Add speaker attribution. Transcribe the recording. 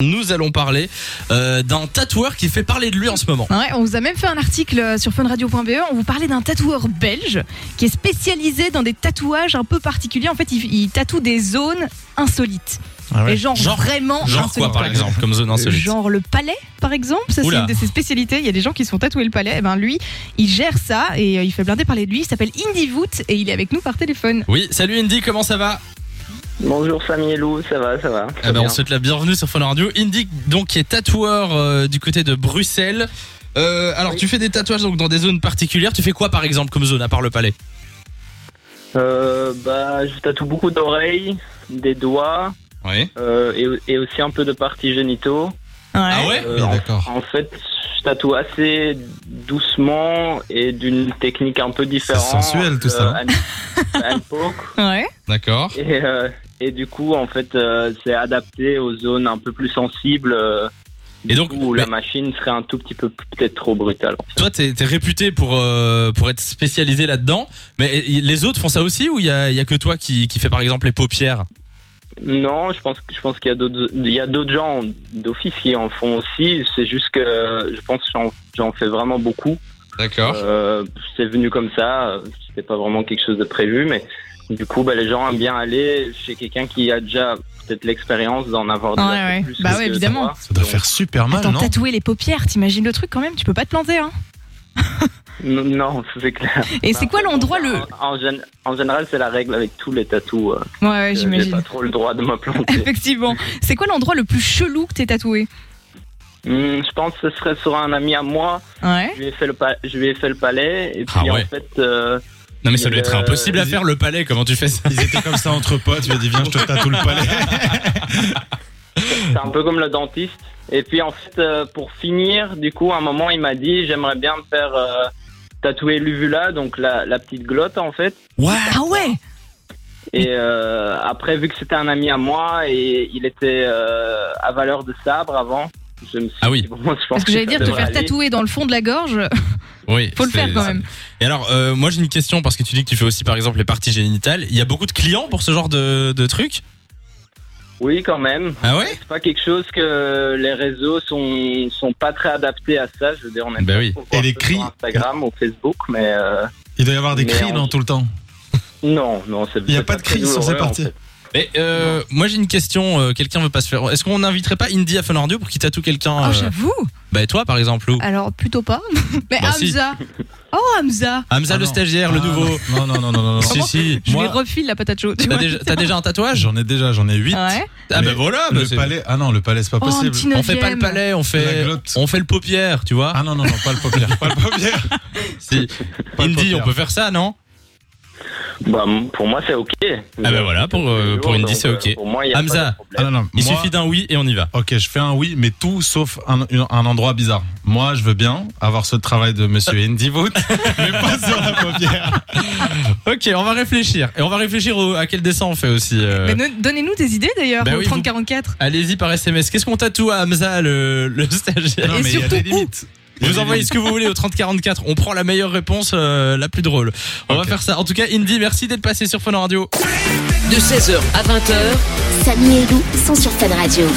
Speaker 1: Nous allons parler euh, d'un tatoueur qui fait parler de lui en ce moment.
Speaker 2: Ouais, on vous a même fait un article sur funradio.be. On vous parlait d'un tatoueur belge qui est spécialisé dans des tatouages un peu particuliers. En fait, il, il tatoue des zones insolites. Et genre,
Speaker 1: Genre-
Speaker 2: vraiment
Speaker 1: Genre
Speaker 2: insolites.
Speaker 1: quoi par exemple, comme zone insolite
Speaker 2: Genre le palais, par exemple. Ça, c'est
Speaker 1: Oula.
Speaker 2: une de ses spécialités. Il y a des gens qui sont tatoués le palais. Et ben lui, il gère ça et euh, il fait blinder parler de lui. Il s'appelle Indy Voot et il est avec nous par téléphone.
Speaker 1: Oui, salut Indy, comment ça va
Speaker 3: Bonjour Samy et Lou, ça va, ça va.
Speaker 1: eh ben, On
Speaker 3: Bien.
Speaker 1: souhaite la bienvenue sur Fun Radio. Indy, donc, qui est tatoueur euh, du côté de Bruxelles. Euh, alors,
Speaker 3: Oui.
Speaker 1: tu fais des tatouages donc dans des zones particulières. Tu fais quoi par exemple comme zone à part le palais
Speaker 3: Euh, bah, je tatoue beaucoup d'oreilles, des doigts
Speaker 1: Oui.
Speaker 3: euh, et, et aussi un peu de parties génitaux.
Speaker 1: Ah ouais
Speaker 3: Euh,
Speaker 1: Oui,
Speaker 3: en-
Speaker 1: D'accord.
Speaker 3: En fait, je tatoue assez doucement et d'une technique un peu différente. euh,
Speaker 4: sensuel, tout ça, hein.
Speaker 3: hand- hand poke.
Speaker 2: Ouais.
Speaker 1: D'accord.
Speaker 3: Et, euh, et du coup, en fait, euh, c'est adapté aux zones un peu plus sensibles. euh,
Speaker 1: Et donc-
Speaker 3: où la
Speaker 1: mais-
Speaker 3: machine serait un tout petit peu peut-être trop brutale. en fait.
Speaker 1: Toi, t'es t'es réputé pour, euh, pour être spécialisé là-dedans. Mais y- les autres font ça aussi ou il y a, il y a que toi qui, qui fait par exemple les paupières
Speaker 3: Non, je pense, je pense qu'il y a d'autres, il y a d'autres gens d'office qui en font aussi. C'est juste que euh, je pense que j'en, j'en fais vraiment beaucoup.
Speaker 1: D'accord.
Speaker 3: Euh, c'est venu comme ça. euh, C'était pas vraiment quelque chose de prévu, mais du coup, bah, les gens aiment bien aller chez quelqu'un qui a déjà peut-être l'expérience d'en avoir déjà
Speaker 2: Ouais,
Speaker 3: fait
Speaker 2: ouais.
Speaker 3: plus
Speaker 2: Bah
Speaker 3: que
Speaker 2: ouais,
Speaker 3: que
Speaker 2: évidemment.
Speaker 3: moi.
Speaker 4: Ça doit faire super
Speaker 1: Ah
Speaker 4: mal,
Speaker 2: Attends,
Speaker 4: non
Speaker 2: tatouer les paupières, t'imagines le truc quand même Tu peux pas te planter. Hein.
Speaker 3: Non, non, c'est clair.
Speaker 2: Et
Speaker 1: Bah,
Speaker 2: c'est quoi l'endroit le.
Speaker 3: En, en gén- en général, c'est la règle avec tous les tatous. euh,
Speaker 2: Ouais, ouais,
Speaker 3: que J'ai
Speaker 2: j'imagine.
Speaker 3: pas trop le droit de me planter.
Speaker 2: Effectivement. C'est quoi l'endroit le plus chelou que t'es tatoué
Speaker 3: Hum, je pense que ce serait sur un ami à moi.
Speaker 2: Ouais.
Speaker 3: Je lui ai fait le, pa- je lui ai fait le palais et puis
Speaker 1: Ah ouais.
Speaker 3: en fait. euh,
Speaker 1: Non mais ça doit être
Speaker 3: Euh,
Speaker 1: impossible à faire le palais, comment tu fais ça
Speaker 4: Ils étaient comme ça entre potes, tu as dit viens, je te tatoue le palais.
Speaker 3: C'est un peu comme le dentiste. Et puis en fait, euh, pour finir, du coup, à un moment, il m'a dit j'aimerais bien me faire euh, tatouer l'uvula, donc la, la petite glotte en fait.
Speaker 2: Ah ouais
Speaker 3: Et euh, après, vu que c'était un ami à moi et il était euh, à valeur de sabre avant, je me suis
Speaker 1: Ah oui.
Speaker 3: dit, bon, je pense
Speaker 2: Parce que j'allais dire, te
Speaker 3: ça devrait
Speaker 2: faire
Speaker 3: aller.
Speaker 2: tatouer dans le fond de la gorge, euh,
Speaker 1: Oui.
Speaker 2: faut le
Speaker 1: c'est-
Speaker 2: faire quand même.
Speaker 1: Et alors, euh, moi j'ai une question parce que tu dis que tu fais aussi par exemple les parties génitales. Il y a beaucoup de clients pour ce genre de, de truc
Speaker 3: Oui, quand même.
Speaker 1: Ah ouais
Speaker 3: C'est pas quelque chose que les réseaux sont, sont pas très adaptés à ça. Je veux dire, on est
Speaker 1: Ben oui.
Speaker 4: Et les cris-
Speaker 3: sur Instagram ou Facebook, mais euh,
Speaker 4: Il doit y avoir des
Speaker 3: Mais
Speaker 4: cris,
Speaker 3: on-
Speaker 4: non, tout le temps.
Speaker 3: non, non, c'est
Speaker 4: Il n'y a
Speaker 3: c'est
Speaker 4: pas de
Speaker 3: très
Speaker 4: cris sur ces
Speaker 3: douloureux, en
Speaker 4: parties.
Speaker 3: fait.
Speaker 1: Mais euh, moi j'ai une question. euh, quelqu'un veut pas se faire. Est-ce qu'on n'inviterait pas Indy à Fun Radio pour qu'il tatoue quelqu'un
Speaker 2: Oh,
Speaker 1: euh,
Speaker 2: j'avoue Ah.
Speaker 1: Bah toi par exemple ou
Speaker 2: Alors, plutôt pas. Mais
Speaker 1: Bah, si.
Speaker 2: Hamza Oh, Hamza
Speaker 1: Hamza
Speaker 4: Ah,
Speaker 1: le
Speaker 4: non.
Speaker 1: stagiaire, le
Speaker 4: Ah,
Speaker 1: nouveau.
Speaker 4: Non, non, non, non, non. non.
Speaker 1: Si si.
Speaker 2: Je lui
Speaker 1: Moi,
Speaker 2: refile la patate chaude. tu
Speaker 1: t'as
Speaker 2: vois.
Speaker 1: déjà, t'as déjà un tatouage
Speaker 4: J'en ai déjà, j'en ai 8.
Speaker 2: Ouais.
Speaker 1: Ah bah
Speaker 4: Mais
Speaker 1: voilà. bah,
Speaker 4: Le
Speaker 1: c'est-
Speaker 4: palais, ah non, le palais, c'est pas
Speaker 2: Oh, un
Speaker 4: possible.
Speaker 2: petit
Speaker 1: On fait pas le
Speaker 2: neuvième.
Speaker 1: palais, on fait,
Speaker 4: La glotte.
Speaker 1: on fait le paupière, tu vois.
Speaker 4: Ah non, non, non, pas le paupière. pas le paupière.
Speaker 1: Si.
Speaker 4: Pas le
Speaker 1: Indy, on
Speaker 4: paupière.
Speaker 1: peut faire ça, non
Speaker 3: Bah, m- pour moi, c'est OK.
Speaker 1: Ah ben voilà, pour, euh, pour Indy, c'est OK.
Speaker 3: Pour moi, il y a
Speaker 1: Hamza.
Speaker 3: pas de
Speaker 4: Ah
Speaker 3: problème.
Speaker 4: non, non.
Speaker 1: Il
Speaker 4: moi-
Speaker 1: suffit d'un oui et on y va.
Speaker 4: Ok, je fais un oui, mais tout sauf un, une- un endroit bizarre. Moi, je veux bien avoir ce travail de monsieur Indy Voot, mais pas sur la paupière.
Speaker 1: Ok, on va réfléchir. Et on va réfléchir au- à quel dessin on fait aussi. euh.
Speaker 2: Bah, ne- Donnez-nous des idées d'ailleurs,
Speaker 1: Bah
Speaker 2: au
Speaker 1: oui,
Speaker 2: 3044.
Speaker 1: Allez-y par SMS. Qu'est-ce qu'on tatoue à Hamza, le, le stagiaire
Speaker 4: Non,
Speaker 2: Et
Speaker 4: mais il y a
Speaker 2: surtout
Speaker 4: des
Speaker 2: où
Speaker 4: limites. Il y a
Speaker 1: Vous
Speaker 4: des
Speaker 1: envoyez
Speaker 4: limites.
Speaker 1: ce que vous voulez au 3044. On prend la meilleure réponse, euh, la plus drôle. On va
Speaker 4: Ok.
Speaker 1: faire ça. En tout cas, Indy, merci d'être passé sur Fun Radio.
Speaker 5: de 16h à 20h.
Speaker 6: Samy et Lou sont sur Fan Radio.